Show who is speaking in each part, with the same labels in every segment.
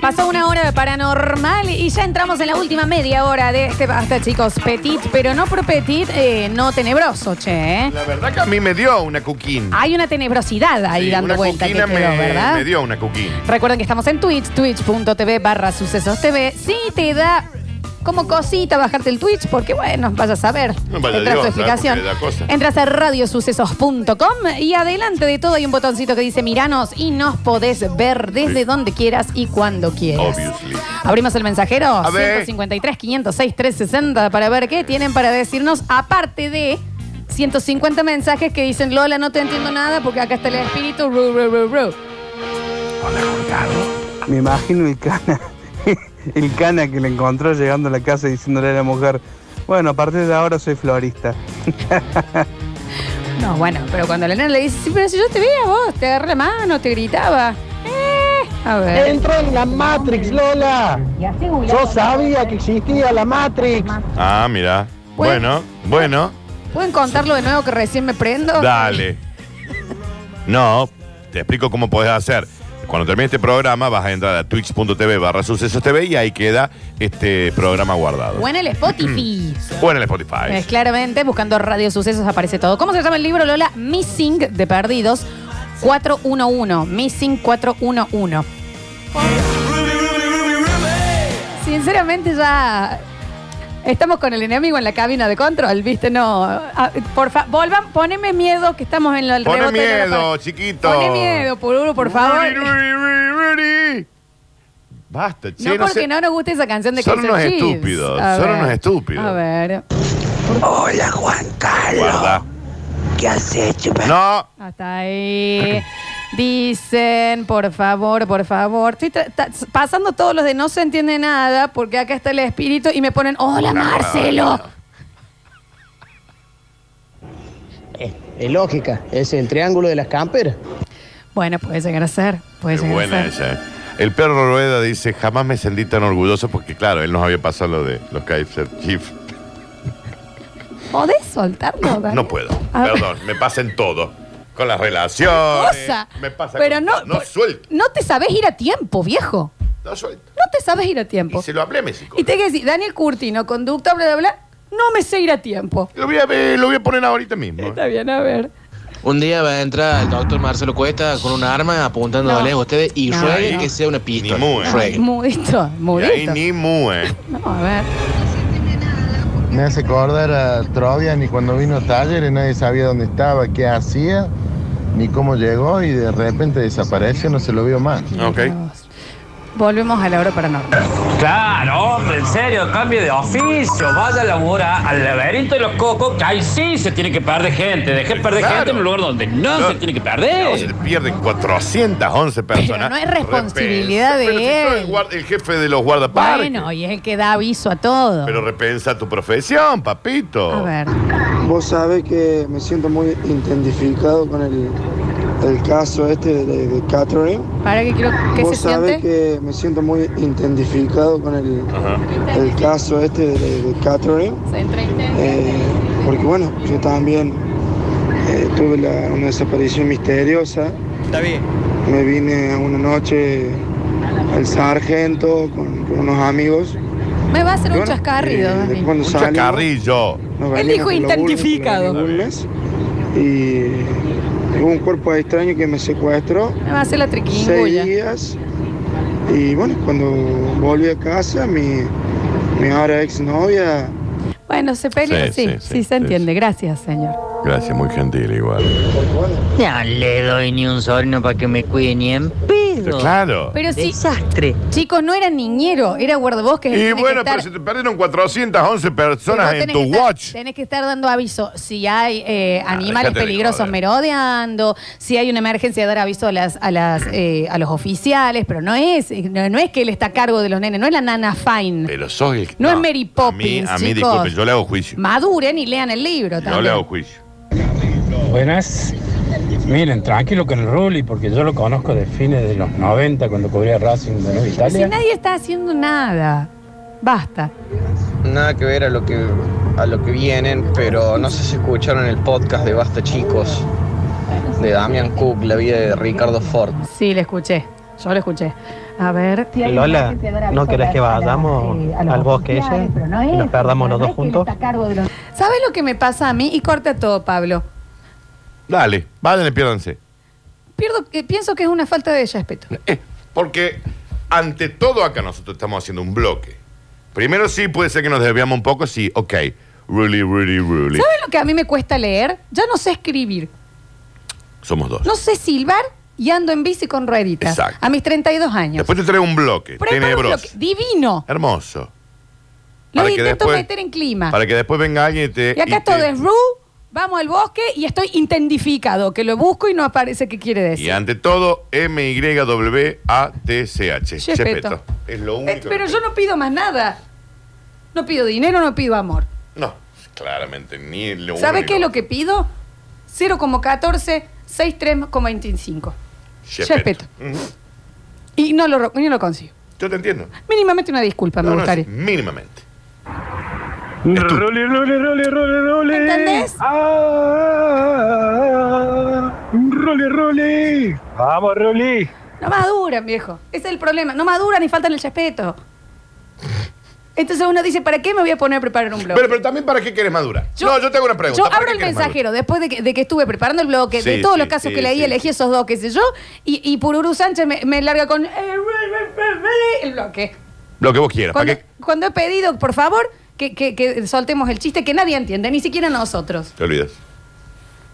Speaker 1: Pasó una hora de paranormal y ya entramos en la última media hora de este basta, chicos. Petit, pero no por petit, eh, no tenebroso, che. ¿eh?
Speaker 2: La verdad que a mí me dio una cuquín.
Speaker 1: Hay una tenebrosidad ahí
Speaker 2: Sí,
Speaker 1: dando
Speaker 2: una
Speaker 1: vuelta que
Speaker 2: cuquina
Speaker 1: quedó,
Speaker 2: me,
Speaker 1: ¿verdad?
Speaker 2: me dio una cuquín.
Speaker 1: Recuerden que estamos en Twitch, twitch.tv barra sucesos TV. Sí te da como cosita bajarte el Twitch, porque bueno, vaya a saber.
Speaker 2: No vaya
Speaker 1: Entras
Speaker 2: Dios,
Speaker 1: tu
Speaker 2: ¿verdad?
Speaker 1: explicación.
Speaker 2: Porque da cosa.
Speaker 1: Entras a radiosucesos.com y adelante de todo hay un botoncito que dice miranos y nos podés ver desde
Speaker 2: Sí.
Speaker 1: donde quieras y cuando quieras.
Speaker 2: Obviously.
Speaker 1: Abrimos el mensajero
Speaker 2: A ver.
Speaker 1: 153 506 360 para ver qué tienen para decirnos, aparte de 150 mensajes que dicen Lola, no te entiendo nada porque acá está el espíritu. Ru, ru, ru, ru.
Speaker 3: Me imagino el cana, el cana que le encontró llegando a la casa y diciéndole a la mujer, bueno, a partir de ahora soy florista.
Speaker 1: No, bueno, pero cuando la nena le dice, "Sí, pero si yo te veía vos, te agarré la mano, te gritaba. Eh, a ver.
Speaker 4: Entra en la Matrix, Lola. Yo sabía que existía la Matrix.
Speaker 2: Ah, mira. Bueno, bueno,
Speaker 1: ¿Pueden contarlo de nuevo que recién me prendo?
Speaker 2: dale. No, te explico cómo podés hacer. Cuando termine este programa vas a entrar a twitch.tv barra sucesos TV y ahí queda este programa guardado.
Speaker 1: O en el Spotify.
Speaker 2: O en el Spotify.
Speaker 1: Eh, claramente, buscando Radio Sucesos aparece todo. ¿Cómo se llama el libro, Lola? Missing de Perdidos 411. Missing 411. Sinceramente ya estamos con el enemigo en la cabina de control, ¿viste? No, ah, por favor, volvan, poneme miedo que estamos en lo del
Speaker 2: Pone
Speaker 1: rebote de la
Speaker 2: miedo,
Speaker 1: pared.
Speaker 2: chiquito.
Speaker 1: Pone miedo, Pururu, por favor.
Speaker 2: Rudy, Rudy, Rudy, Rudy. Basta, che.
Speaker 1: No porque
Speaker 2: sé-
Speaker 1: no nos guste esa canción de
Speaker 2: Son
Speaker 1: Kaiser
Speaker 2: unos
Speaker 1: Chiefs.
Speaker 2: estúpidos,
Speaker 1: A
Speaker 2: son
Speaker 1: ver,
Speaker 2: unos estúpidos.
Speaker 1: A ver,
Speaker 5: Hola Juan Carlos,
Speaker 2: Guarda.
Speaker 5: ¿qué has hecho?
Speaker 2: No.
Speaker 1: hasta ahí. Dicen, por favor, por favor. Estoy tra- ta- pasando todos los de no se entiende nada porque acá está el espíritu y me ponen, hola Marcelo.
Speaker 4: Es, lógica, es el triángulo de las camperas.
Speaker 1: Bueno, puede llegar a ser. Puede
Speaker 2: Es
Speaker 1: llegar
Speaker 2: buena
Speaker 1: a ser.
Speaker 2: esa. eh. El perro Rueda dice, jamás me sentí tan orgulloso porque, claro, él nos había pasado lo de los Kaiser Chiefs.
Speaker 1: ¿Podés soltarlo? Dani?
Speaker 2: No puedo.
Speaker 1: A ver.
Speaker 2: Perdón, me pasa en todo. Con las relaciones.
Speaker 1: Cosa.
Speaker 2: Me pasa
Speaker 1: Pero
Speaker 2: con-
Speaker 1: no,
Speaker 2: eh,
Speaker 1: pues-
Speaker 2: No suelto.
Speaker 1: No te sabes ir a tiempo, viejo.
Speaker 2: No suelto.
Speaker 1: No te sabes ir a tiempo.
Speaker 2: Y se lo hablé a mi psicólogo.
Speaker 1: Y te que decir, Daniel Curtino, conducta, bla, bla, bla, no me sé ir a tiempo.
Speaker 2: Lo, voy a, ver, lo voy a poner ahorita mismo. eh.
Speaker 1: Está bien, a ver.
Speaker 6: Un día va a entrar el doctor Marcelo Cuesta con un arma apuntándoles
Speaker 1: No.
Speaker 6: a ustedes y
Speaker 1: No.
Speaker 6: rueguen
Speaker 2: Ahí.
Speaker 6: que sea una
Speaker 2: Ni
Speaker 6: pistola.
Speaker 2: mu, eh.
Speaker 6: Rueguen.
Speaker 1: Mudito,
Speaker 2: Y ahí
Speaker 1: mudito.
Speaker 2: ni mu, eh.
Speaker 1: No, a ver.
Speaker 7: Me hace acordar a Trovian y cuando vino Talleres nadie sabía dónde estaba, qué hacía, ni cómo llegó y de repente desapareció, no se lo vio más.
Speaker 2: Ok.
Speaker 1: Dios. Volvemos a la hora paranormal.
Speaker 8: Claro, hombre, en serio, cambie de oficio, vaya a laburar al laberinto de los cocos, que ahí sí se tiene que perder gente. Deje perder
Speaker 2: Claro.
Speaker 8: gente en un lugar donde no,
Speaker 2: No.
Speaker 8: se tiene que
Speaker 2: No, se
Speaker 8: perder.
Speaker 2: le pierden 411
Speaker 1: Pero
Speaker 2: personas.
Speaker 1: no es responsabilidad
Speaker 2: Repensa.
Speaker 1: de
Speaker 2: Pero si sos
Speaker 1: él.
Speaker 2: El, guarda- el jefe de los guardaparques.
Speaker 1: Bueno, y es el que da aviso a todo.
Speaker 2: Pero repensa tu profesión, papito.
Speaker 1: A ver.
Speaker 9: Vos sabés que me siento muy identificado con el, el caso este de, de Catherine.
Speaker 1: Para que quiero. ¿Qué se
Speaker 9: Vos sabés
Speaker 1: siente?
Speaker 9: que me siento muy identificado con el,
Speaker 2: Ajá.
Speaker 9: el caso este de, de Catherine.
Speaker 1: Se entra intenso.
Speaker 9: eh, porque bueno, yo también eh, tuve la- una desaparición misteriosa.
Speaker 4: Está bien.
Speaker 9: Me vine una noche al sargento con, con unos amigos.
Speaker 1: Me va a hacer
Speaker 9: Y
Speaker 1: un
Speaker 9: bueno,
Speaker 1: chascarrido,
Speaker 9: eh,
Speaker 1: Dani.
Speaker 9: cuando
Speaker 2: Un
Speaker 9: salimos-
Speaker 2: chacarrillo.
Speaker 9: Nos
Speaker 1: Él
Speaker 9: venimos
Speaker 1: dijo
Speaker 9: con los burles,
Speaker 1: identificado.
Speaker 9: con los burles, Y hubo un cuerpo extraño que me secuestró
Speaker 1: Me va a hacer la
Speaker 9: seis
Speaker 1: triquingulla.
Speaker 9: días. Y bueno, cuando volví a casa, mi, mi ahora exnovia
Speaker 1: Bueno, se pelea. Sí,
Speaker 2: Sí,
Speaker 1: sí,
Speaker 2: sí, sí,
Speaker 1: se
Speaker 2: sí,
Speaker 1: entiende. Gracias, señor.
Speaker 2: Gracias, muy gentil igual.
Speaker 10: No le doy ni un sobrino para que me cuide ni en
Speaker 2: Pero
Speaker 10: pedo.
Speaker 2: claro.
Speaker 1: Pero sí,
Speaker 10: Desastre.
Speaker 1: chicos, no era niñero, era guardabosques.
Speaker 2: y
Speaker 1: Tenés que
Speaker 2: bueno,
Speaker 1: estar-
Speaker 2: pero si te perdieron 411
Speaker 1: Pero
Speaker 2: personas
Speaker 1: vos
Speaker 2: en
Speaker 1: tenés
Speaker 2: tu
Speaker 1: que estar-
Speaker 2: watch.
Speaker 1: Tenés que estar dando aviso si hay eh,
Speaker 2: Ah,
Speaker 1: animales
Speaker 2: dejate de
Speaker 1: peligrosos
Speaker 2: joder.
Speaker 1: merodeando, si hay una emergencia, dar aviso a las a las eh, a los oficiales, pero no es no, no es que él está a cargo de los nenes, no es la nana Fine.
Speaker 2: Pero sos el-
Speaker 1: No es Mary Poppins,
Speaker 2: A mí, a mí
Speaker 1: chicos.
Speaker 2: disculpe, yo le hago juicio.
Speaker 1: Maduren y lean el libro
Speaker 2: Yo le hago
Speaker 1: también.
Speaker 2: juicio.
Speaker 11: Buenas. Miren, tranquilo con el Rulli, porque yo lo conozco de fines de los 90, cuando cubría Racing de Nueva
Speaker 1: Si
Speaker 11: Italia.
Speaker 1: nadie está haciendo nada, basta.
Speaker 4: Nada que ver a lo que a lo que vienen, pero no sé si escucharon el podcast de Basta Chicos de Damian Cook, la vida de Ricardo Ford.
Speaker 1: Sí, le escuché. Yo lo escuché. A ver.
Speaker 12: Lola, ¿no querés que vayamos al bosque ese? y nos perdamos los dos juntos.
Speaker 1: ¿Sabes lo que me pasa a mí? Y corta todo, Pablo.
Speaker 2: Dale, vayan y piérdanse.
Speaker 1: Pierdo, eh, pienso que es una falta de respeto.
Speaker 2: Porque ante todo acá nosotros estamos haciendo un bloque. Primero sí, puede ser que nos desviamos un poco, sí, ok. Really, really, really.
Speaker 1: ¿Sabes lo que a mí me cuesta leer? Ya no sé escribir.
Speaker 2: Somos dos.
Speaker 1: No sé silbar y ando en bici con rueditas.
Speaker 2: Exacto.
Speaker 1: A mis 32 años.
Speaker 2: Después te traigo un bloque,
Speaker 1: Pero ahí está un bloque.
Speaker 2: tenebroso.
Speaker 1: Divino.
Speaker 2: Hermoso.
Speaker 1: Lo
Speaker 2: Para que
Speaker 1: intento
Speaker 2: después-
Speaker 1: meter en clima.
Speaker 2: Para que después venga alguien y te.
Speaker 1: Ah. Y acá
Speaker 2: y te-
Speaker 1: todo es Ru, vamos al bosque y estoy intendificado, que lo busco y no aparece qué quiere decir.
Speaker 2: Y ante todo, M-Y-W-A-T-C-H.
Speaker 1: Chepeto.
Speaker 2: Chepeto. Es lo único.
Speaker 1: Eh, pero yo no pido más nada. No pido dinero, no pido amor.
Speaker 2: No, claramente, ni lo
Speaker 1: ¿Sabes
Speaker 2: uno
Speaker 1: qué es
Speaker 2: ni
Speaker 1: lo que pido? 0,14, 6,3,25.
Speaker 2: Chepeto.
Speaker 1: Chepeto. Y no lo, ro- y no lo consigo.
Speaker 2: Yo te entiendo.
Speaker 1: Mínimamente una disculpa, me
Speaker 2: No, no,
Speaker 1: gustaría.
Speaker 2: sí, mínimamente.
Speaker 13: Role, role, role, role, role.
Speaker 1: ¿Entendés?
Speaker 13: Ah, ah, ah. role, role. Vamos, role.
Speaker 1: No maduran, viejo. Ese es el problema. No maduran y faltan el respeto. Entonces uno dice, ¿para qué me voy a poner a preparar un blog?
Speaker 2: Pero, pero también, ¿para qué quieres madura? no, yo te hago una pregunta.
Speaker 1: Yo
Speaker 2: ¿para
Speaker 1: abro
Speaker 2: qué
Speaker 1: el
Speaker 2: quieres
Speaker 1: mensajero después de que, de que estuve preparando el bloque,
Speaker 2: Sí,
Speaker 1: de todos
Speaker 2: sí,
Speaker 1: los casos
Speaker 2: sí,
Speaker 1: que leí,
Speaker 2: sí.
Speaker 1: elegí esos dos, qué sé yo, y, y Pururu Sánchez me, me larga con eh, el bloque.
Speaker 2: madura? Lo que vos quieras. ¿para
Speaker 1: Cuando,
Speaker 2: qué?
Speaker 1: cuando he pedido, por favor, que, que- que soltemos el chiste que nadie entiende, ni siquiera nosotros.
Speaker 2: Te olvidas.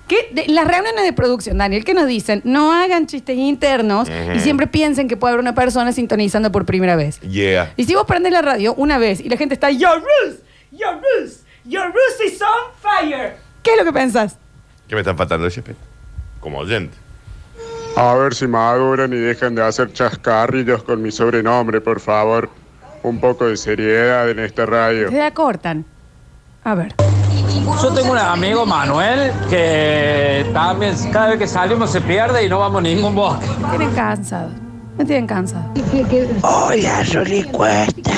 Speaker 1: Que de- las reuniones de producción, Daniel, ¿qué nos dicen? No hagan chistes internos
Speaker 2: Ujú.
Speaker 1: y siempre piensen que puede haber una persona sintonizando por primera vez.
Speaker 2: Yeah.
Speaker 1: Y si vos prendés la radio una vez y la gente está, Your Roots, Your Roots, Your Roots is on fire. ¿Qué es lo que pensás?
Speaker 2: ¿Qué me están faltando el chepeto? Como oyente.
Speaker 14: A ver si maduran y dejan de hacer chascarrillos con mi sobrenombre, por favor. Un poco de seriedad en esta radio.
Speaker 1: Te acortan. A ver.
Speaker 8: Yo tengo un amigo Manuel que también cada vez que salimos se pierde y no vamos a ningún bosque.
Speaker 1: Me tienen cansado. Me tienen cansado.
Speaker 5: Hola, Rolicuesta.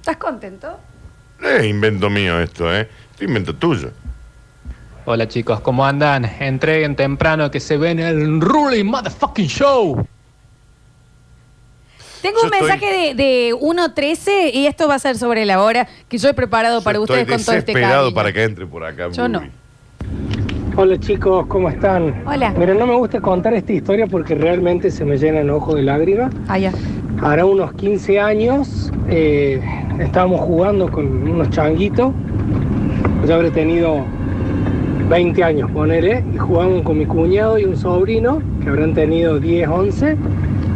Speaker 1: ¿Estás contento?
Speaker 2: Es invento mío esto, ¿eh? Esto invento tuyo.
Speaker 15: Hola chicos, ¿cómo andan? Entreguen temprano que se ven el Ruling Motherfucking Show.
Speaker 1: Tengo un mensaje de, de 1.13 y esto va a ser sobre la hora que yo he preparado para
Speaker 2: Estoy
Speaker 1: ustedes con todo este
Speaker 2: desesperado
Speaker 1: cariño.
Speaker 2: para que entre por acá.
Speaker 1: Yo no.
Speaker 16: Hola chicos, ¿cómo están?
Speaker 1: Hola.
Speaker 16: Mira, no me gusta contar esta historia porque realmente se me llenan los ojos de lágrimas.
Speaker 1: Allá.
Speaker 16: Hará unos 15 años eh, estábamos jugando con unos changuitos. Yo habré tenido 20 años, ponele, y jugamos con mi cuñado y un sobrino que habrán tenido 10, 11.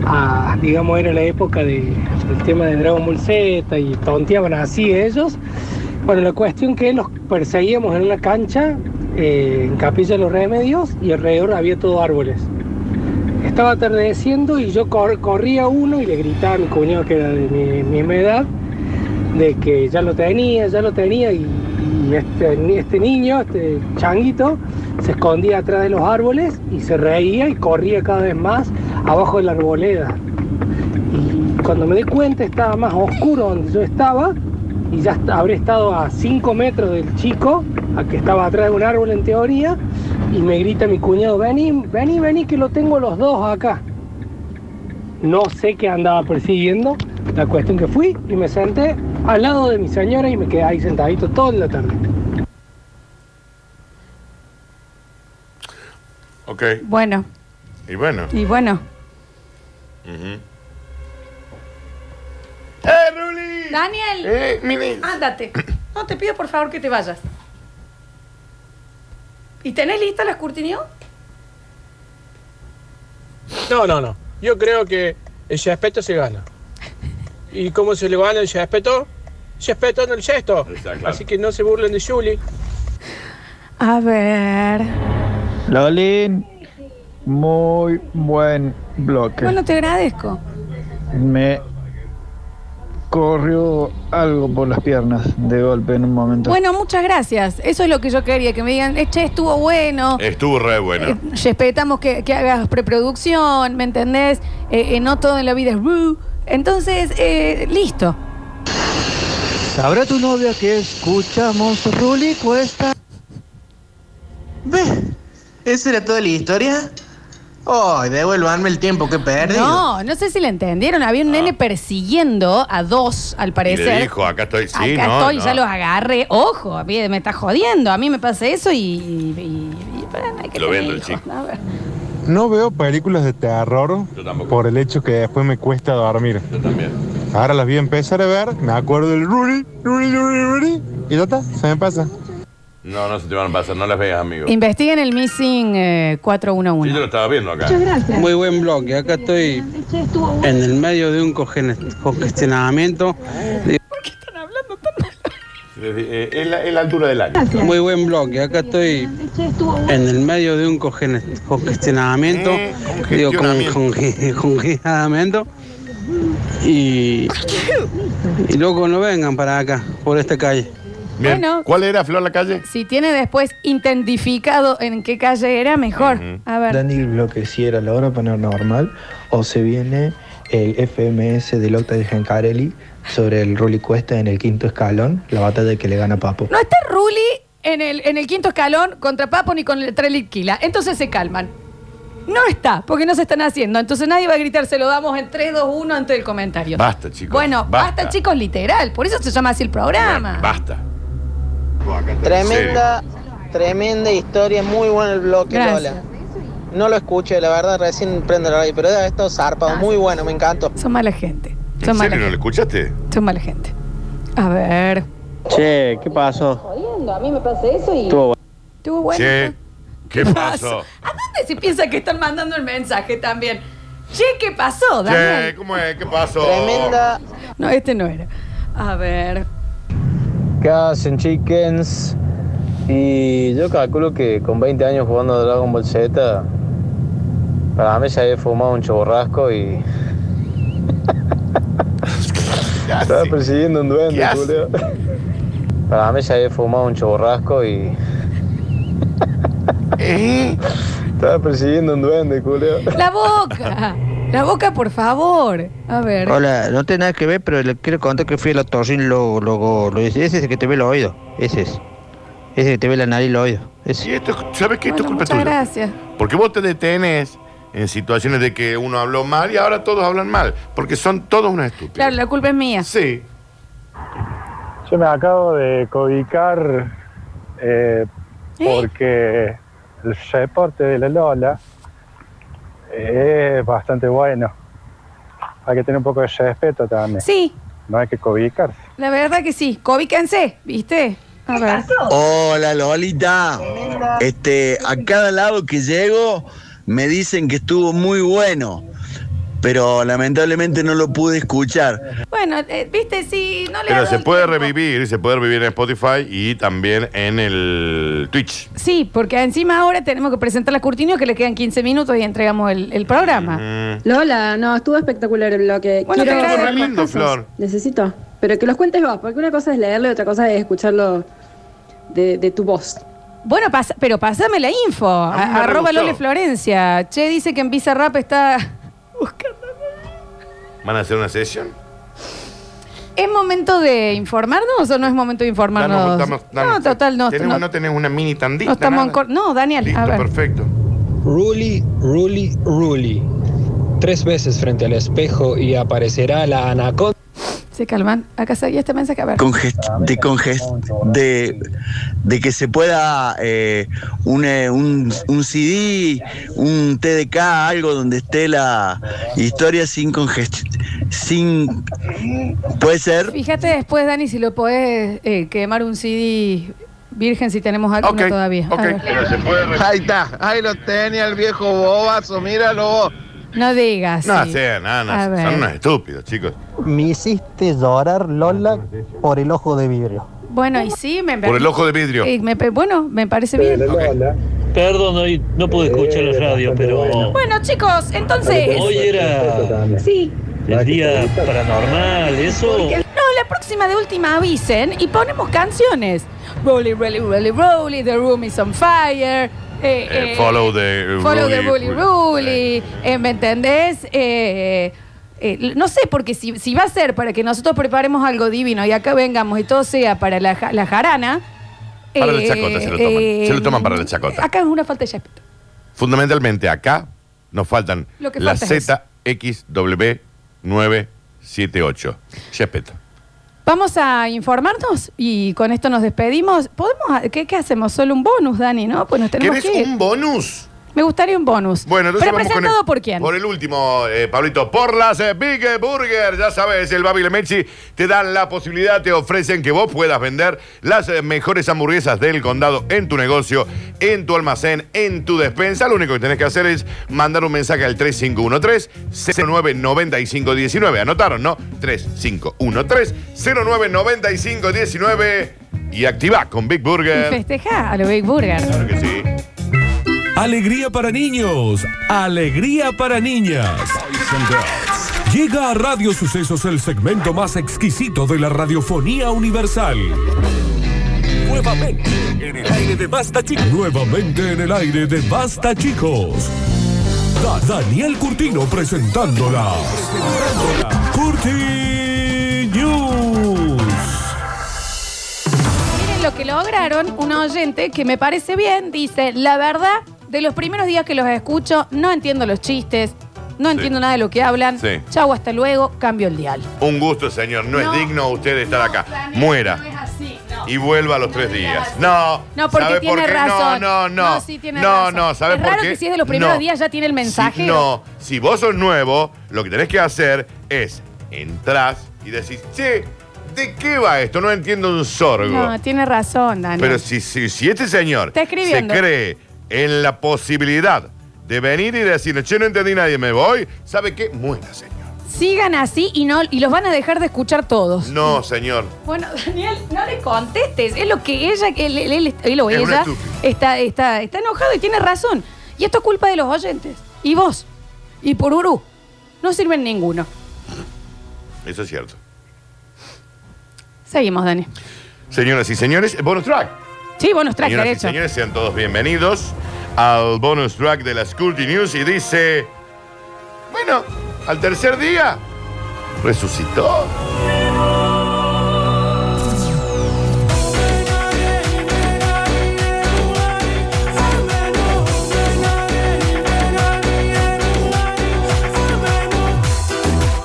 Speaker 16: a- digamos, era la época de- del tema de Dragon Ball Z y tonteaban así ellos. Bueno, la cuestión que los perseguíamos en una cancha, eh, en Capilla de los Remedios, y alrededor había todo árboles. Estaba atardeciendo y yo cor- corría a uno y le gritaba a mi cuñado, que era de mi misma edad, de que ya lo tenía, ya lo tenía, y, y este, ni- este niño, este changuito, se escondía atrás de los árboles y se reía y corría cada vez más abajo de la arboleda. Y cuando me di cuenta estaba más oscuro donde yo estaba y ya est- habré estado a 5 metros del chico, a que estaba atrás de un árbol en teoría, y me grita mi cuñado, vení, vení, vení, que lo tengo los dos acá. No sé qué andaba persiguiendo, la cuestión que fui y me senté al lado de mi señora y me quedé ahí sentadito toda la tarde.
Speaker 2: Ok.
Speaker 1: Bueno,
Speaker 2: Y bueno.
Speaker 1: y bueno.
Speaker 2: Ujú.
Speaker 1: Daniel,
Speaker 2: Eh, mire.
Speaker 1: ándate. No te pido por favor que te vayas. ¿Y tenés lista la escrutinio?
Speaker 17: No, no, no. Yo creo que el respeto se gana. ¿Y cómo se le gana el respeto? Respeto en el gesto. Así que no se burlen de Julie.
Speaker 1: A ver.
Speaker 18: Lolín, muy buen bloque.
Speaker 1: Bueno, te agradezco.
Speaker 18: Me corrió algo por las piernas de golpe en un momento.
Speaker 1: Bueno, muchas gracias. Eso es lo que yo quería, que me digan, "Eh, che, estuvo bueno.
Speaker 2: Estuvo re bueno.
Speaker 1: Eh, respetamos que, que hagas preproducción, ¿me entendés? Eh, eh, no todo en la vida es ru. Entonces, eh, listo.
Speaker 18: ¿Sabrá tu novia que escuchamos Ruli Cuesta?
Speaker 19: Ve, ¿Esa era toda la historia? Oh, devuélvanme el tiempo que he perdido.
Speaker 1: No, no sé si la entendieron. Había un nene persiguiendo a dos, al
Speaker 2: Y
Speaker 1: parecer.
Speaker 2: le dijo, acá estoy, sí,
Speaker 1: Acá
Speaker 2: no,
Speaker 1: estoy,
Speaker 2: no.
Speaker 1: ya los agarré. Ojo, a mí me está jodiendo. A mí me pasa eso y. y- y- y- pará, no hay que
Speaker 2: Lo
Speaker 1: tener
Speaker 2: vendo el
Speaker 1: hijos.
Speaker 2: chico.
Speaker 1: A ver.
Speaker 20: No veo películas de terror por el hecho que después me cuesta dormir. Yo también. Ahora las voy a empezar a ver, me acuerdo del Ruri, Ruri, Ruri, Ruri, y ya está, se me pasa.
Speaker 2: No, no se te van a pasar, no las veas, amigo.
Speaker 1: Investiguen el Missing eh,
Speaker 2: Sí,
Speaker 1: 411.
Speaker 2: yo lo estaba viendo acá.
Speaker 21: Muy buen bloque. Acá estoy en el medio de un congene- congestionamiento.
Speaker 2: Eh, Es la, es la altura del año.
Speaker 21: Muy buen bloque. Acá estoy en el medio de un congene- congestionamiento.
Speaker 2: Eh,
Speaker 21: Digo, con- conge- congestionamiento. Y, y luego no vengan para acá, por esta calle.
Speaker 1: Bueno.
Speaker 2: ¿Cuál era, Flor, la calle?
Speaker 1: Si tiene después identificado en qué calle era, mejor. A ver.
Speaker 18: Dani lo que si era la hora paranormal o se viene el FMS del Octa de Giancarelli sobre el Rulli Cuesta en el quinto escalón, la batalla que le gana Papo.
Speaker 1: No está Ruli en el, en el quinto escalón contra Papo ni con el Treliquila. Entonces se calman. No está, porque no se están haciendo. Entonces nadie va a gritar, se lo damos en 3, 2, 1 antes del comentario.
Speaker 2: Basta, chicos.
Speaker 1: Bueno, basta. chicos, literal. Por eso se llama así el programa.
Speaker 2: Basta.
Speaker 19: Tremenda, tremenda historia, muy bueno el bloque,
Speaker 1: Gracias.
Speaker 19: Lola. No lo escuché, la verdad, recién prendo la radio, pero debe haber estado zarpado, muy bueno, me encantó.
Speaker 1: Son mala gente,
Speaker 2: ¿En
Speaker 1: son mala
Speaker 2: serio no lo escuchaste?
Speaker 1: son mala gente. A ver.
Speaker 18: Che, ¿qué pasó?
Speaker 1: Jodiendo, a mí me pasa eso y... Estuvo bueno.
Speaker 2: Che, ¿qué pasó?
Speaker 1: ¿A dónde se piensa que están mandando el mensaje también? Che, ¿qué pasó,
Speaker 2: Che,
Speaker 1: Daniel?
Speaker 2: ¿cómo es? ¿Qué pasó?
Speaker 1: Tremenda. No, este no era. A ver.
Speaker 22: ¿Qué hacen, chickens? Y yo calculo que con 20 años jugando a Dragon Ball Z, para mí se había fumado un choborrasco y. Estaba persiguiendo un
Speaker 2: ¿Qué
Speaker 22: duende,
Speaker 2: hace?
Speaker 22: Julio. Para mí se había fumado un choborrasco y.
Speaker 23: ¿Eh?
Speaker 22: Estaba persiguiendo un duende, Julio.
Speaker 1: La boca. La boca, por favor. A ver.
Speaker 23: Hola, no tiene nada que ver, pero le quiero contar que fui al otorrin lo, lo, lo- ese es el que te ve el oído, ese es. Ese que te ve la nariz y el oído. Ese.
Speaker 2: Y esto, ¿sabes qué? Esto es culpa
Speaker 1: Muchas
Speaker 2: tuya.
Speaker 1: gracias.
Speaker 2: Porque vos te detenés en situaciones de que uno habló mal y ahora todos hablan mal. Porque son todos unos estúpidos.
Speaker 1: Claro, la culpa es mía.
Speaker 2: Sí.
Speaker 13: Yo me acabo de cobicar eh, porque el reporte de la Lola es bastante bueno. Hay que tener un poco de respeto también.
Speaker 1: Sí.
Speaker 13: No hay que cobicarse.
Speaker 1: La verdad que sí. Cobíquense, ¿viste? A ver.
Speaker 24: Hola Lolita. Este, a cada lado que llego me dicen que estuvo muy bueno, pero lamentablemente no lo pude escuchar.
Speaker 1: Bueno, eh, viste, sí, no le
Speaker 2: Pero
Speaker 1: hago
Speaker 2: se
Speaker 1: el-
Speaker 2: puede revivir, se puede revivir en Spotify y también en el Twitch.
Speaker 1: Sí, porque encima ahora tenemos que presentar a Curtinio que le quedan 15 minutos y entregamos el, el programa.
Speaker 25: Lola, no, estuvo espectacular el bloque.
Speaker 1: Bueno,
Speaker 25: Quiero-
Speaker 1: pero-
Speaker 2: Re lindo, Flor.
Speaker 25: Necesito. Pero que los cuentes vos, porque una cosa es leerlo y otra cosa es escucharlo de, de tu voz.
Speaker 1: Bueno, pasa- pero pásame la info.
Speaker 25: mí me
Speaker 1: A-
Speaker 25: re
Speaker 1: Arroba
Speaker 25: gustó.
Speaker 1: Lole Florencia. Che, dice que en Visa Rap está.
Speaker 2: ¿Van a hacer una sesión?
Speaker 1: ¿Es momento de informarnos o no es momento de informarnos? no, total, no.
Speaker 2: Tenemos-
Speaker 1: no,
Speaker 2: no, tenemos una mini
Speaker 1: no
Speaker 2: tandita.
Speaker 1: estamos en
Speaker 2: nada.
Speaker 1: cor- No, Daniel, a
Speaker 2: Listo,
Speaker 1: ver.
Speaker 2: perfecto.
Speaker 26: Ruli, Ruli, Ruli. Tres veces frente al espejo y aparecerá la anaconda.
Speaker 1: Se calman. Acá seguía este mensaje. A ver.
Speaker 24: Congest- de, congest- de, de que se pueda eh, un, eh, un- un CD, un TDK, algo donde esté la historia sin congest sin puede ser
Speaker 1: Fíjate después, Dani, si lo podés eh, quemar un CD virgen si tenemos alguno todavía. A ver.
Speaker 19: Ahí está, ahí lo tenía el viejo bobazo, míralo.
Speaker 1: No digas.
Speaker 2: No,
Speaker 1: sí.
Speaker 2: sean, no, no,
Speaker 1: A
Speaker 2: son
Speaker 1: ver.
Speaker 2: unos estúpidos, chicos.
Speaker 18: Me hiciste llorar,
Speaker 6: Ah,
Speaker 18: Lola, por el ojo de vidrio.
Speaker 1: Bueno, y sí, me
Speaker 2: Por el ojo de vidrio.
Speaker 1: Eh, me pe- bueno, me parece bien.
Speaker 27: Perdón, hoy no pude escuchar la radio, pero
Speaker 1: Bueno, chicos, entonces.
Speaker 27: Eh, hoy era
Speaker 1: Sí.
Speaker 27: el día paranormal, eso.
Speaker 1: No, la próxima de última avisen y ponemos canciones. Rolly, rolly, rolly, rolly, The Room is on Fire. eh,
Speaker 2: Eh,
Speaker 1: eh,
Speaker 2: follow the
Speaker 1: Follow the
Speaker 2: Ruli,
Speaker 1: Bully Ruli. eh, ¿Me entendés? Eh, eh, no sé, porque si, si va a ser para que nosotros preparemos algo divino y acá vengamos y todo sea para la, ja- la jarana.
Speaker 2: Para
Speaker 1: eh,
Speaker 2: la chacota se lo toman.
Speaker 1: eh,
Speaker 2: se lo toman para la chacota.
Speaker 1: Acá es una falta de respeto.
Speaker 2: Fundamentalmente acá nos faltan
Speaker 1: Lo que
Speaker 2: la
Speaker 1: falta es
Speaker 2: ZXW978. Respeto.
Speaker 1: Vamos a informarnos y con esto nos despedimos. ¿Podemos, qué, qué hacemos? Solo un bonus, Dani, ¿no? Pues nos tenemos
Speaker 2: ¿Querés
Speaker 1: que ir.
Speaker 2: un bonus?
Speaker 1: Me gustaría un bonus.
Speaker 2: Bueno, entonces
Speaker 1: Pero
Speaker 2: vamos con el-
Speaker 1: presentado por quién.
Speaker 2: Por el último, eh, Pablito, por las eh, Big Burger. Ya sabes, el Babi Lemechi te dan la posibilidad, te ofrecen que vos puedas vender las eh, mejores hamburguesas del condado en tu negocio, en tu almacén, en tu despensa. Lo único que tenés que hacer es mandar un mensaje al 3513-099519. Anotaron, ¿no? 3513-099519 y activá con Big
Speaker 1: Y
Speaker 2: Burger.
Speaker 1: festeja a lo Big Burger.
Speaker 2: Claro que sí.
Speaker 3: Alegría para niños, alegría para niñas. Llega a Radio Sucesos el segmento más exquisito de la radiofonía universal. Nuevamente en el aire de Basta Chicos. Nuevamente en el aire de Basta Chicos. Da- Daniel Curtino presentándola. Curti News.
Speaker 1: Miren lo que lograron, un oyente que me parece bien, dice, la verdad, de los primeros días que los escucho, no entiendo los chistes, no entiendo nada de lo que hablan.
Speaker 2: Sí.
Speaker 1: Chau, hasta luego, cambio el dial.
Speaker 2: Un gusto, señor. No,
Speaker 1: No.
Speaker 2: es digno usted de estar acá. Muera. Y vuelva a los tres días. No.
Speaker 1: No, porque
Speaker 2: ¿sabe
Speaker 1: tiene
Speaker 2: por qué?
Speaker 1: razón.
Speaker 2: No, no, no.
Speaker 1: No, sí tiene
Speaker 2: no,
Speaker 1: razón.
Speaker 2: no, ¿sabe
Speaker 1: Es
Speaker 2: por
Speaker 1: raro
Speaker 2: qué?
Speaker 1: que si es de los primeros
Speaker 2: No.
Speaker 1: días ya tiene el mensaje.
Speaker 2: Si, no, si vos sos nuevo, lo que tenés que hacer es entras y decís, che, ¿de qué va esto? No entiendo un sorgo.
Speaker 1: No, tiene razón, Dani.
Speaker 2: Pero si, si, si este señor
Speaker 1: Está
Speaker 2: se
Speaker 1: escribiendo.
Speaker 2: cree en la posibilidad de venir y decir, che, no entendí nadie, me voy, ¿sabe qué? Muera, señor.
Speaker 1: Sigan así y no y los van a dejar de escuchar todos.
Speaker 2: No, señor.
Speaker 1: Bueno, Daniel, no le contestes. Es lo que ella, él, él- él- él o
Speaker 2: Es un
Speaker 1: ella
Speaker 2: estúpido.
Speaker 1: está, está, está enojado y tiene razón. Y esto es culpa de los oyentes. Y vos. Y por Uru. No sirven ninguno.
Speaker 2: Eso es cierto.
Speaker 1: Seguimos, Dani.
Speaker 2: Señoras y señores, bonus track.
Speaker 1: Sí, bonus track,
Speaker 2: Señoras y
Speaker 1: derecho.
Speaker 2: señores, sean todos bienvenidos al bonus track de la Scurty News y dice, bueno, al tercer día resucitó.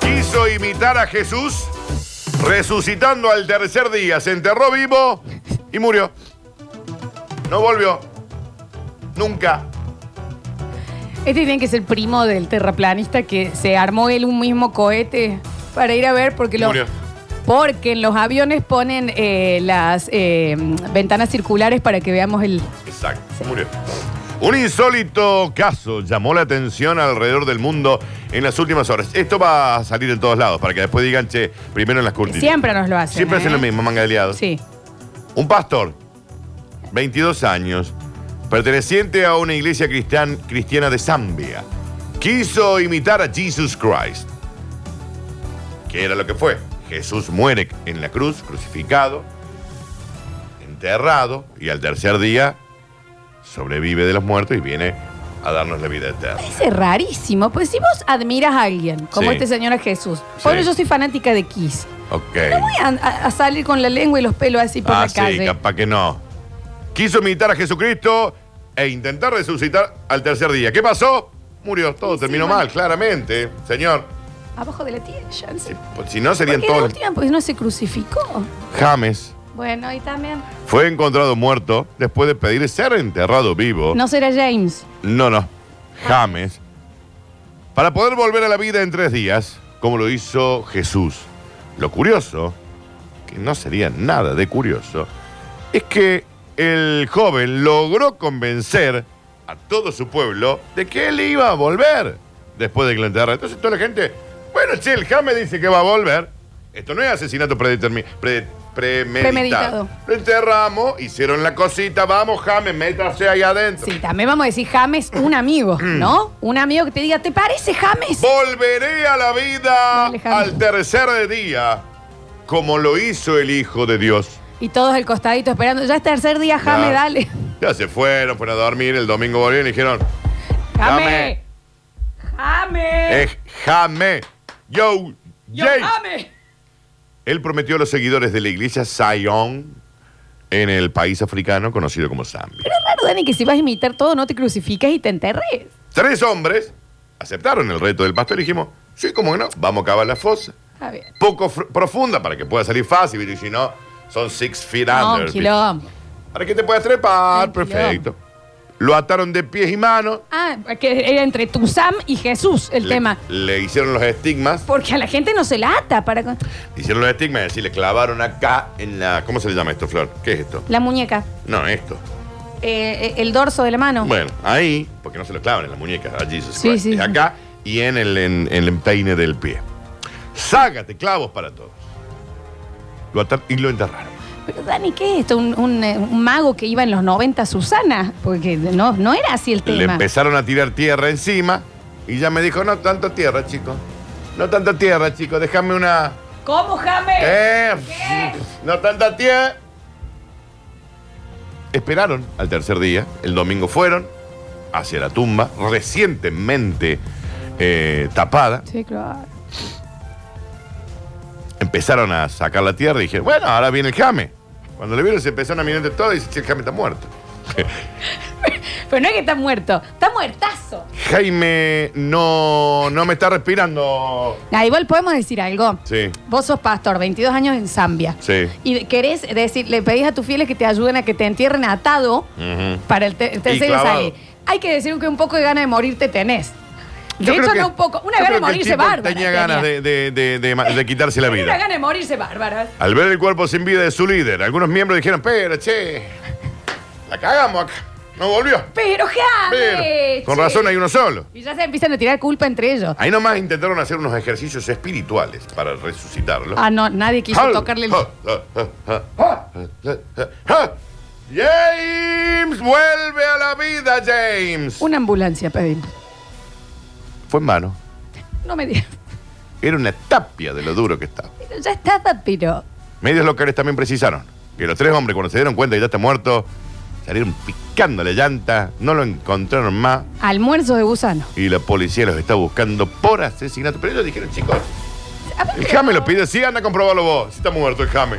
Speaker 2: Quiso imitar a Jesús resucitando al tercer día, se enterró vivo y murió. No volvió. Nunca.
Speaker 1: Este tiene que ser primo del terraplanista que se armó él un mismo cohete para ir a ver porque lo,
Speaker 2: Murió.
Speaker 1: porque en los aviones ponen eh, las eh, ventanas circulares para que veamos el.
Speaker 2: Exacto. Murió. Un insólito caso llamó la atención alrededor del mundo en las últimas horas. Esto va a salir en todos lados para que después digan, che, primero en las cortinas.
Speaker 1: Siempre nos lo hacen.
Speaker 2: Siempre hacen
Speaker 1: ¿eh?
Speaker 2: lo mismo, manga de liados.
Speaker 1: Sí.
Speaker 2: Un pastor, 22 años, perteneciente a una iglesia cristian- cristiana de Zambia, quiso imitar a Jesus Christ. ¿Qué era lo que fue? Jesús muere en la cruz, crucificado, enterrado, y al tercer día sobrevive de los muertos y viene a darnos la vida eterna.
Speaker 1: Es rarísimo. Pues si vos admiras a alguien, como
Speaker 2: Sí.
Speaker 1: este señor a Jesús, por
Speaker 2: Sí.
Speaker 1: yo soy fanática de Kiss.
Speaker 2: Ok.
Speaker 1: No voy a, a- a salir con la lengua y los pelos así por
Speaker 2: ah,
Speaker 1: la calle.
Speaker 2: sí, capaz que no. Quiso imitar a Jesucristo e intentar resucitar al tercer día. ¿Qué pasó? Murió, todo terminó mal, claramente, señor.
Speaker 1: Abajo de la tierra, Jansen.
Speaker 2: Pues, si no, serían
Speaker 1: Porque la
Speaker 2: todos.
Speaker 1: última, pues no se crucificó.
Speaker 2: James
Speaker 1: Bueno, y también.
Speaker 2: fue encontrado muerto después de pedir ser enterrado vivo.
Speaker 1: No será James.
Speaker 2: No, no. James. Para poder volver a la vida en tres días, como lo hizo Jesús. Lo curioso, que no sería nada de curioso, es que el joven logró convencer a todo su pueblo de que él iba a volver después de que lo enterraran. Entonces toda la gente, bueno, che, el James dice que va a volver. Esto no es asesinato predetermi- pre- premeditado.
Speaker 1: Premeditado.
Speaker 2: Lo enterramos, hicieron la cosita, vamos, James, métase ahí adentro.
Speaker 1: Sí, también vamos a decir James, un amigo,
Speaker 2: Mm.
Speaker 1: ¿no? Un amigo que te diga, ¿te parece James?
Speaker 2: Volveré a la vida al tercer día, como lo hizo el Hijo de Dios.
Speaker 1: Y todos el costadito esperando. Ya es tercer día, James,
Speaker 2: Claro.
Speaker 1: dale.
Speaker 2: Ya se fueron, fueron a dormir, el domingo volvieron y dijeron,
Speaker 1: James. James.
Speaker 2: es Jame, yo,
Speaker 1: Yo,
Speaker 2: Jay.
Speaker 1: James.
Speaker 2: Él prometió a los seguidores de la iglesia Zion en el país africano conocido como Zambia.
Speaker 1: Pero es raro, Dani, que si vas a imitar todo, no te crucificas y te enterres.
Speaker 2: Tres hombres aceptaron el reto del pastor y dijimos, sí, cómo que no, vamos a cavar la fosa.
Speaker 1: Está bien.
Speaker 2: Poco fr- profunda para que pueda salir fácil, y si no, son six feet
Speaker 1: No,
Speaker 2: under. ¿viste?
Speaker 1: quilombo.
Speaker 2: Para que te puedas trepar, perfecto. Lo ataron de pies y manos,
Speaker 1: Ah, que era entre Tuzam y Jesús el tema.
Speaker 2: le hicieron los estigmas,
Speaker 1: Porque a la gente no se la ata para con-
Speaker 2: hicieron los estigmas, es decir, le clavaron acá en la... ¿Cómo se le llama esto, Flor? ¿Qué es esto?
Speaker 1: la muñeca,
Speaker 2: No, esto.
Speaker 1: eh, eh, el dorso de la mano.
Speaker 2: Bueno, ahí, porque no se lo clavan en la muñeca, allí se
Speaker 1: Sí,
Speaker 2: clavan.
Speaker 1: sí,
Speaker 2: Es
Speaker 1: sí.
Speaker 2: acá y en el, en, en el empeine del pie. Ságate clavos para todos. Lo atar- y lo enterraron.
Speaker 1: Pero Dani, ¿qué es esto? Un, un, eh, un mago que iba en los 90 a Susana, porque no, no era así el
Speaker 2: Le
Speaker 1: tema.
Speaker 2: empezaron a tirar tierra encima y ya me dijo, no tanta tierra, chico. No tanta tierra, chico. Déjame una...
Speaker 1: ¿Cómo, James?
Speaker 2: Eh, No tanta tierra. Esperaron al tercer día. El domingo fueron hacia la tumba, recientemente eh, tapada.
Speaker 1: Sí, claro.
Speaker 2: empezaron a sacar la tierra y dijeron, bueno, ahora viene el jame. Cuando le vieron se empezaron a mirar de todo y dice, che, el jame está muerto.
Speaker 1: Pero no es que está muerto, está muertazo.
Speaker 2: Jaime no, no me está respirando.
Speaker 1: Ah, igual podemos decir algo.
Speaker 2: Sí,
Speaker 1: Vos sos pastor, 22 años en Zambia.
Speaker 2: sí.
Speaker 1: Y querés decir, le pedís a tus fieles que te ayuden a que te entierren atado
Speaker 2: Ujú.
Speaker 1: para el, te- el tercer
Speaker 2: Y
Speaker 1: día
Speaker 2: clavado.
Speaker 1: salir. Hay que decir que un poco de gana de morirte tenés. De
Speaker 2: Yo creo
Speaker 1: hecho,
Speaker 2: que-
Speaker 1: no un poco. Una gana
Speaker 2: yo
Speaker 1: de
Speaker 2: creo que el
Speaker 1: morirse
Speaker 2: tipo
Speaker 1: bárbara.
Speaker 2: Tenía ganas de, de- de- de ma- de quitarse la
Speaker 1: Una
Speaker 2: vida.
Speaker 1: gana de morirse bárbara.
Speaker 2: Al ver el cuerpo sin vida de su líder, algunos miembros dijeron, pero, che, la cagamos acá. No volvió.
Speaker 1: Pero, James.
Speaker 2: Con
Speaker 1: che.
Speaker 2: razón hay uno solo.
Speaker 1: Y ya se empiezan a tirar culpa entre ellos.
Speaker 2: Ahí nomás intentaron hacer unos ejercicios espirituales para resucitarlo.
Speaker 1: Ah, no, nadie quiso
Speaker 2: Hal-
Speaker 1: tocarle el.
Speaker 2: Ha- ha- ha- ha- ha- ha- James, vuelve a la vida, James.
Speaker 1: Una ambulancia pedimos.
Speaker 2: Fue en vano.
Speaker 1: No me digas.
Speaker 2: Era una tapia de lo duro que estaba.
Speaker 1: Pero Ya está, pero.
Speaker 2: Medios locales también precisaron que los tres hombres, cuando se dieron cuenta que ya está muerto, salieron picando la llanta, no lo encontraron más
Speaker 1: Almuerzo de gusano.
Speaker 2: y la policía los está buscando por asesinato. Pero ellos dijeron, chicos,
Speaker 1: A ver,
Speaker 2: el Jame lo pide, sí, anda a comprobarlo vos, si está muerto el Jame.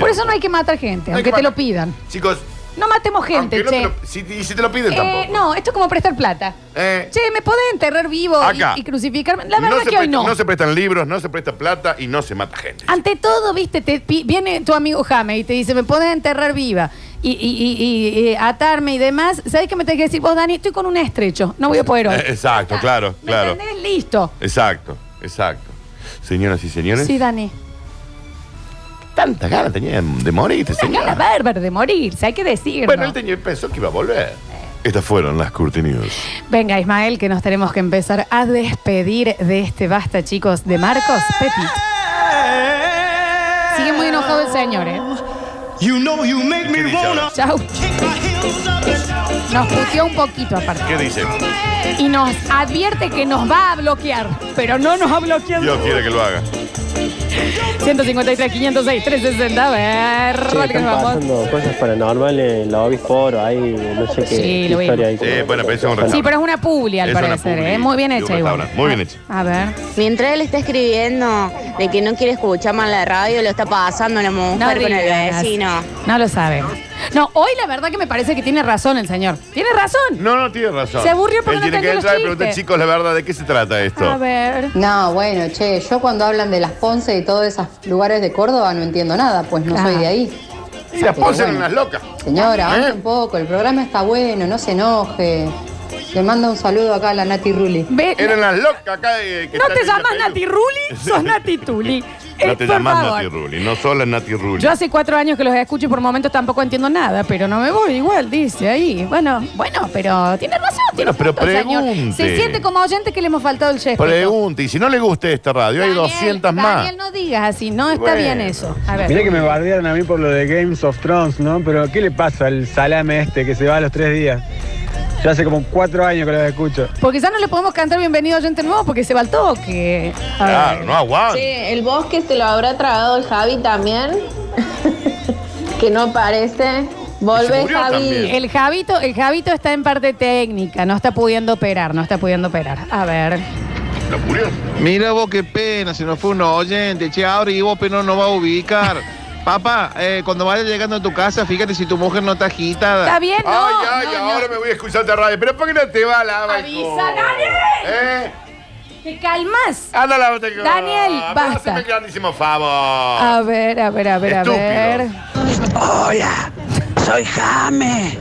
Speaker 1: Por eso no hay que matar gente,
Speaker 2: No hay
Speaker 1: aunque
Speaker 2: que
Speaker 1: te
Speaker 2: matar.
Speaker 1: lo pidan.
Speaker 2: Chicos,
Speaker 1: No matemos gente,
Speaker 2: aunque no
Speaker 1: che.
Speaker 2: te lo- si, y si te lo piden
Speaker 1: Eh,
Speaker 2: tampoco.
Speaker 1: no, esto es como prestar plata.
Speaker 2: Eh.
Speaker 1: Che, ¿me podés enterrar vivo y-
Speaker 2: Acá.
Speaker 1: y, crucificarme? La verdad
Speaker 2: no se
Speaker 1: que hoy
Speaker 2: presta-
Speaker 1: no.
Speaker 2: se prestan libros, no se presta plata y no se mata gente.
Speaker 1: Ante todo, viste, te pi- viene tu amigo Jame y te dice, ¿me podés enterrar viva? Y, y- y- y- y atarme y demás. ¿Sabés qué me tenés que decir? Vos, Dani, estoy con un estrecho. No voy a poder hoy.
Speaker 2: Eh, Exacto, claro,
Speaker 1: ¿Me
Speaker 2: claro.
Speaker 1: entendés? Listo.
Speaker 2: Exacto, exacto. Señoras y señores,
Speaker 1: Sí, Dani.
Speaker 2: tantas ganas tenía de morir este
Speaker 1: Una gana
Speaker 2: señor.
Speaker 1: bárbara de morirse, hay que decirlo.
Speaker 2: Bueno, él tenía, pensó que iba a volver. Estas fueron las Curti News.
Speaker 1: Venga, Ismael, que nos tenemos que empezar a despedir de este basta, chicos, de Marcos Petit. Sigue muy enojado el señor, ¿eh?
Speaker 4: You know you make me wanna.
Speaker 1: Chau. Nos puteó un poquito aparte.
Speaker 2: ¿Qué dice?
Speaker 1: Y nos advierte que nos va a bloquear, pero no nos ha bloqueado.
Speaker 2: Dios quiere que lo haga.
Speaker 1: 153, 506, 360. A ver,
Speaker 6: Che,
Speaker 1: dale que
Speaker 6: están
Speaker 1: nos vamos.
Speaker 6: pasando cosas paranormales en la Obisporo, ahí no sé qué
Speaker 1: Sí, lo
Speaker 6: historia
Speaker 2: vimos. Sí, bueno, pero eso es un
Speaker 1: Sí, pero es una publi al
Speaker 2: Es una
Speaker 1: parecer,
Speaker 2: publi
Speaker 1: ¿eh? Muy bien
Speaker 2: de un
Speaker 1: hecha igual. Ah,
Speaker 2: restaurante. Muy bien hecha.
Speaker 1: A ver.
Speaker 7: Mientras él está escribiendo de que no quiere escuchar más la radio, lo está pasando la mujer
Speaker 1: No
Speaker 7: con el
Speaker 1: digas.
Speaker 7: vecino.
Speaker 1: No lo sabe. No, hoy la verdad que me parece que tiene razón el señor. Tiene razón.
Speaker 2: No, no, tiene razón.
Speaker 1: Se aburrió porque
Speaker 2: Él
Speaker 1: no
Speaker 2: tiene que
Speaker 1: entendió los
Speaker 2: entrar y preguntar,
Speaker 1: chistes.
Speaker 2: chicos, la verdad, ¿de qué se trata esto?
Speaker 1: ver.
Speaker 9: No, bueno, che, yo cuando hablan de las Ponce y todos esos lugares de Córdoba no entiendo nada, pues no soy de ahí.
Speaker 2: Y las
Speaker 9: Pero
Speaker 2: Ponce eran
Speaker 9: bueno.
Speaker 2: unas locas.
Speaker 9: Señora,
Speaker 2: ¿Eh?
Speaker 9: avance un poco, el programa está bueno, no se enoje. Le mando un saludo acá a la Nati Ruli.
Speaker 2: Eran las locas acá. eh, que
Speaker 1: ¿No
Speaker 2: están
Speaker 1: te
Speaker 2: en la
Speaker 1: llamas
Speaker 2: Perú.
Speaker 1: Nati Ruli? Sos Nati Tuli. Eh,
Speaker 2: No te
Speaker 1: por
Speaker 2: llamas
Speaker 1: favor.
Speaker 2: Nati Ruli, no solo es Nati Ruli.
Speaker 1: Yo hace cuatro años que los escucho y por momentos tampoco entiendo nada, pero no me voy igual, dice ahí. Bueno, bueno, pero tiene razón, tiene
Speaker 2: Bueno, pero
Speaker 1: punto, señor.
Speaker 2: pregunte.
Speaker 1: Se siente como oyente que le hemos faltado el chef.
Speaker 2: Pregunta, y si no le gusta esta radio, hay 200 más.
Speaker 1: Daniel, no digas así, no está
Speaker 6: Bueno.
Speaker 1: bien eso. A ver.
Speaker 6: Mirá que me bardearon a mí por lo de Games of Thrones, ¿no? Pero ¿qué le pasa al salame este que se va a los tres días? Yo hace como cuatro años que lo escucho.
Speaker 1: Porque ya no le podemos cantar bienvenido a oyente nuevo porque se va al toque. A ver.
Speaker 2: Claro, no aguanta.
Speaker 9: Che, el bosque se lo habrá tragado el Javi también. que no parece. Volve, Javi.
Speaker 1: El Javito, el Javito está en parte técnica, no está pudiendo operar, no está pudiendo operar. A ver.
Speaker 10: Mira vos qué pena, se nos fue un oyente, che, ahora y vos pero no nos va a ubicar.
Speaker 19: Papá, eh, cuando vayas llegando a tu casa, fíjate si tu mujer no está agitada.
Speaker 1: Está bien, no,
Speaker 2: Ay, ay,
Speaker 1: no, no.
Speaker 2: ahora me voy a escuchar esta radio. Pero ¿por qué no te va a la
Speaker 1: Avisa, Daniel.
Speaker 2: ¿Eh?
Speaker 1: ¿Te calmas?
Speaker 2: Anda a la
Speaker 1: Daniel,
Speaker 2: Ah, pero
Speaker 1: basta.
Speaker 2: Hazme el grandísimo favor.
Speaker 1: A ver, a ver, a ver, a
Speaker 2: Ah. Estúpido.
Speaker 1: ver.
Speaker 5: Hola, soy Jame.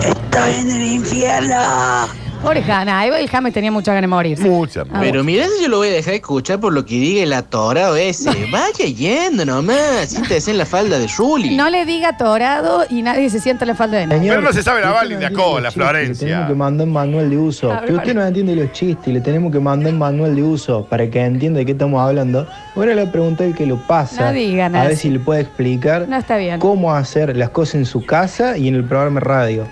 Speaker 5: Estoy en el infierno.
Speaker 1: Pobre Hanna, ahí va el James tenía muchas ganas de morir.
Speaker 2: Muchas.
Speaker 5: Pero mirá si yo lo voy a dejar escuchar por lo que diga el atorado ese. Vaya yendo nomás, siéntese en la falda de Juli.
Speaker 1: No le diga torado y nadie se sienta en la falda de nadie.
Speaker 2: Pero no se sabe la válida, cola,
Speaker 18: Le tenemos
Speaker 2: Florencia.
Speaker 18: que mandar un manual de uso.
Speaker 1: A ver,
Speaker 18: Que usted no entiende los chistes, le tenemos que mandar un manual de uso para que entienda de qué estamos hablando. Ahora le pregunté al que lo pasa.
Speaker 1: No digan
Speaker 18: A
Speaker 1: así.
Speaker 18: ver si le puede explicar
Speaker 1: No está bien.
Speaker 18: cómo hacer las cosas en su casa y en el programa de radio.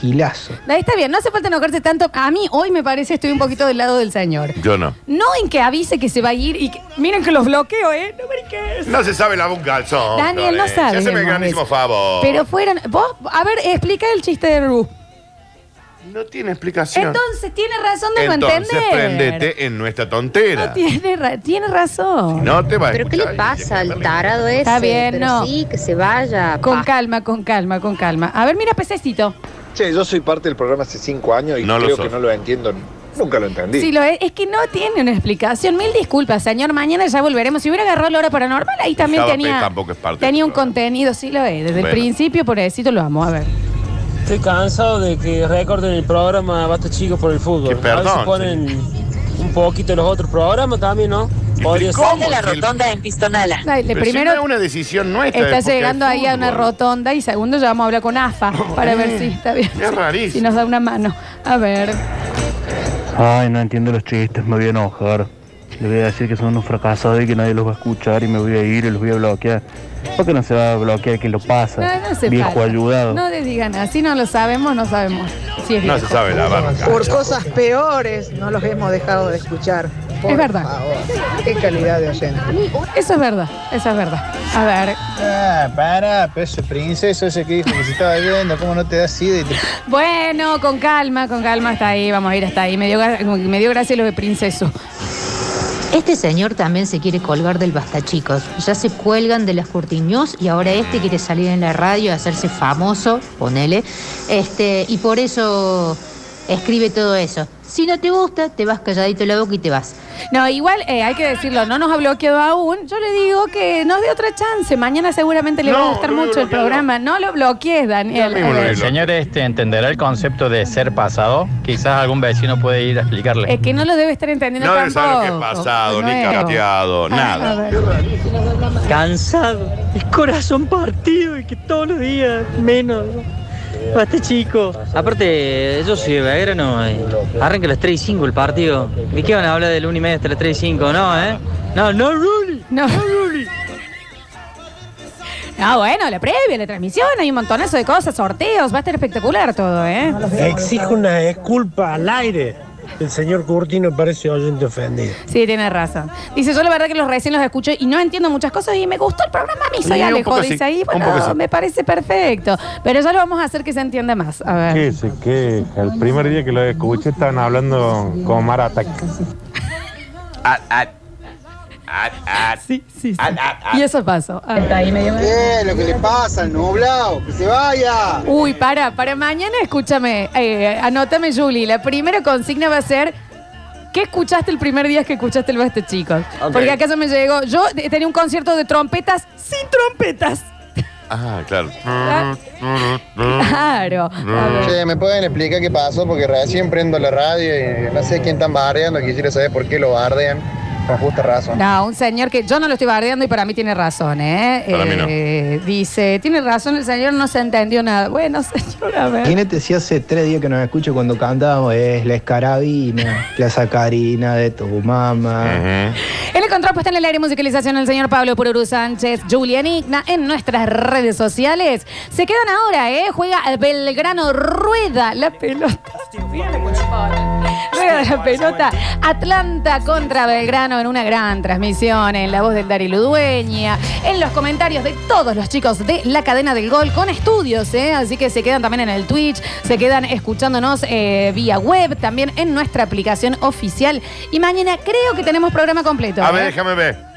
Speaker 18: Gilazo.
Speaker 1: Ahí está bien, no hace falta enojarse tanto. A mí hoy me parece estoy un poquito del lado del señor.
Speaker 2: Yo no.
Speaker 1: No en que avise que se va a ir y que- miren que los bloqueo, ¿eh? No mariques.
Speaker 2: No se sabe lavar un calzón.
Speaker 1: Daniel, no
Speaker 2: Florencia.
Speaker 1: sabe,
Speaker 2: Hazme eh, el
Speaker 1: Lemones.
Speaker 2: grandísimo favor.
Speaker 1: Pero fueron. Vos, a ver, explica el chiste de Ru.
Speaker 2: No tiene explicación.
Speaker 1: Entonces, tiene razón de
Speaker 2: Entonces,
Speaker 1: no entender.
Speaker 2: prendete en nuestra tontera.
Speaker 1: No tiene, ra- tiene razón.
Speaker 2: No te va a
Speaker 7: Pero ¿qué le
Speaker 2: escuchar.
Speaker 7: pasa al tarado ese?
Speaker 1: Está bien,
Speaker 7: Pero
Speaker 1: no.
Speaker 7: Sí, que se vaya.
Speaker 1: Con
Speaker 7: pa.
Speaker 1: calma, con calma, con calma. A ver, mira, pececito.
Speaker 8: Che, yo soy parte del programa hace cinco años y
Speaker 2: No lo
Speaker 8: creo
Speaker 2: sos.
Speaker 8: que no lo entiendo. Nunca lo entendí.
Speaker 1: Sí, lo es, es que no tiene una explicación. Mil disculpas, señor. Mañana ya volveremos. Si hubiera agarrado la hora paranormal, ahí también
Speaker 2: Java P
Speaker 1: tenía,
Speaker 2: tampoco es parte
Speaker 1: tenía
Speaker 2: del
Speaker 1: un contenido. Sí, lo es. Desde el
Speaker 2: Bueno.
Speaker 1: principio, por eso lo amo. A ver.
Speaker 27: Estoy cansado de que recorden el programa Basta Chicos por el fútbol.
Speaker 2: Que perdón,
Speaker 27: A ver si ponen un poquito los otros programas también, ¿no? Podría ser.
Speaker 2: cómo? Sal de la rotonda
Speaker 1: en Pistonala. Dale,
Speaker 2: Pero
Speaker 1: primero
Speaker 2: si no es una decisión nuestra.
Speaker 1: está
Speaker 2: es porque
Speaker 1: llegando
Speaker 2: hay
Speaker 1: ahí a una
Speaker 2: fútbol.
Speaker 1: rotonda y segundo ya vamos a hablar con AFA para ver si está bien.
Speaker 2: Es rarísimo.
Speaker 1: Si nos da una mano. A ver.
Speaker 10: Ay, no entiendo los chistes, me voy a enojar. Le voy a decir que son unos fracasados y que nadie los va a escuchar y me voy a ir y los voy a bloquear. ¿Por qué no se va a bloquear que lo pasa?
Speaker 1: No, no se
Speaker 10: Viejo
Speaker 1: para.
Speaker 10: ayudado.
Speaker 1: No le digan así, no lo sabemos, no sabemos. Si es
Speaker 10: No
Speaker 1: viejo.
Speaker 10: se sabe lavar un
Speaker 11: Por cosas peores no los hemos dejado de escuchar. Por
Speaker 1: Es verdad.
Speaker 11: favor, qué calidad de oyente.
Speaker 1: Eso es verdad, eso es verdad. A ver.
Speaker 19: Ah, para, peso princeso ese que dijo que se estaba viendo, ¿cómo no te da sida? y te-
Speaker 1: Bueno, con calma, con calma, hasta ahí, vamos a ir hasta ahí. Me dio, gra- me dio gracia lo de princeso.
Speaker 10: Este señor también se quiere colgar del basta, chicos. Ya se cuelgan de las curtiños y ahora este quiere salir en la radio, hacerse famoso, ponele. Este, y por eso escribe todo eso. Si no te gusta, te vas calladito la boca y te vas.
Speaker 1: No, igual eh, hay que decirlo, no nos ha bloqueado aún. Yo le digo que nos dé otra chance. Mañana seguramente le va a
Speaker 11: No,
Speaker 1: gustar
Speaker 11: no lo
Speaker 1: mucho el programa. No lo bloquees, Daniel. A ver.
Speaker 11: El señor este entenderá el concepto de ser pasado. Quizás algún vecino puede ir a explicarle.
Speaker 1: Es que no lo debe estar entendiendo
Speaker 11: No debe
Speaker 1: tampoco.
Speaker 11: saber lo que
Speaker 2: es pasado, ni
Speaker 1: Manuel. Ah,
Speaker 2: carteado, nada.
Speaker 12: Cansado, el corazón partido y que todos los días menos. Basta chico.
Speaker 11: Aparte, yo soy de Belgrano. eh. Arranca a las 3 y 5 el partido. ¿De qué van a hablar del 1 y media hasta las 3 y 5? No, ¿eh? No, no, Ruli.
Speaker 1: No, Ah, bueno, la previa, la transmisión, hay un montonazo de cosas, sorteos, va a estar espectacular todo, ¿eh?
Speaker 14: Exijo una disculpa al aire. El señor Curtino parece oyente ofendido.
Speaker 1: Sí, tiene razón. Dice, yo la verdad que los recién los escucho y no entiendo muchas cosas y me gustó el programa a mí, soy
Speaker 14: Sí, un
Speaker 1: Alejo,
Speaker 14: poco sí,
Speaker 1: dice ahí,
Speaker 14: un poco
Speaker 1: bueno,
Speaker 14: sí.
Speaker 1: me parece perfecto. Pero ya lo vamos a hacer que se entienda más, a ver.
Speaker 20: Que se queja. El primer día que lo escuché estaban hablando como Mara Ataque.
Speaker 1: Sí, sí, Y eso pasó. A ver.
Speaker 19: ¿Qué? Lo que le pasa al nublado, que se vaya.
Speaker 1: Uy, para, para mañana, escúchame, eh, anótame, Julie. La primera consigna va a ser. ¿Qué escuchaste el primer día que escuchaste el Basta, chicos?
Speaker 2: Ok.
Speaker 1: Porque acá se me llegó. Yo de- tenía un concierto de trompetas sin trompetas.
Speaker 2: Ah, claro.
Speaker 19: Mm.
Speaker 1: Ah. Claro.
Speaker 19: Che, ¿me pueden explicar qué pasó? Porque recién prendo la radio y no sé quién están bardeando. Quisiera saber por qué lo bardean. Con justa razón.
Speaker 1: No, un señor que yo no lo estoy bardeando y para mí tiene razón, ¿eh?
Speaker 19: Para mí no.
Speaker 1: Eh, Dice, tiene razón, el señor no se entendió nada. Bueno, señor, a ver.
Speaker 18: Imagínate si hace tres días que nos escucho cuando cantábamos es la escarabina, la sacarina de tu mamá.
Speaker 1: En el control puesta en el aire musicalización el señor Pablo Pururu Sánchez, Julián Igna en nuestras redes sociales. Se quedan ahora, ¿eh? Juega Belgrano Rueda la pelota. Rueda la pelota. Atlanta contra Belgrano en una gran transmisión, en la voz del Dari Ludueña, en los comentarios de todos los chicos de la cadena del gol con estudios, ¿eh? Así que se quedan también en el Twitch, se quedan escuchándonos eh, vía web, también en nuestra aplicación oficial. Y mañana creo que tenemos programa completo.
Speaker 2: A
Speaker 1: ¿eh?
Speaker 2: ver, déjame ver.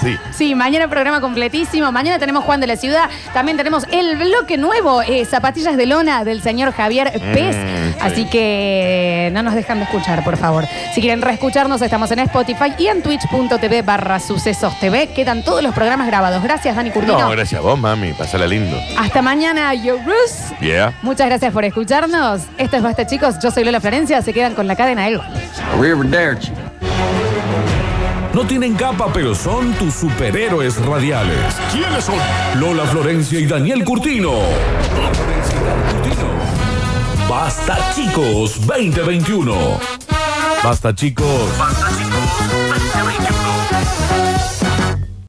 Speaker 2: Sí.
Speaker 1: Sí, mañana programa completísimo. Mañana tenemos Juan de la Ciudad. También tenemos el bloque nuevo, eh, Zapatillas de Lona, del señor Javier Pez.
Speaker 2: Mm, sí.
Speaker 1: Así que eh, no nos dejan de escuchar, por favor. Si quieren reescucharnos, estamos en Spotify y en twitch.tv barra sucesos TV. Quedan todos los programas grabados. Gracias, Dani Curtino.
Speaker 2: No, gracias a vos, mami. Pasala lindo.
Speaker 1: Hasta mañana, Yorus.
Speaker 2: Yeah.
Speaker 1: Muchas gracias por escucharnos. Esto es Basta, chicos. Yo soy Lola Florencia. Se quedan con la cadena El.
Speaker 3: No tienen capa, pero son tus superhéroes radiales. ¿Quiénes son? Lola Florencia y Daniel Curtino. Basta chicos 2021. Basta chicos. Basta chicos 2021.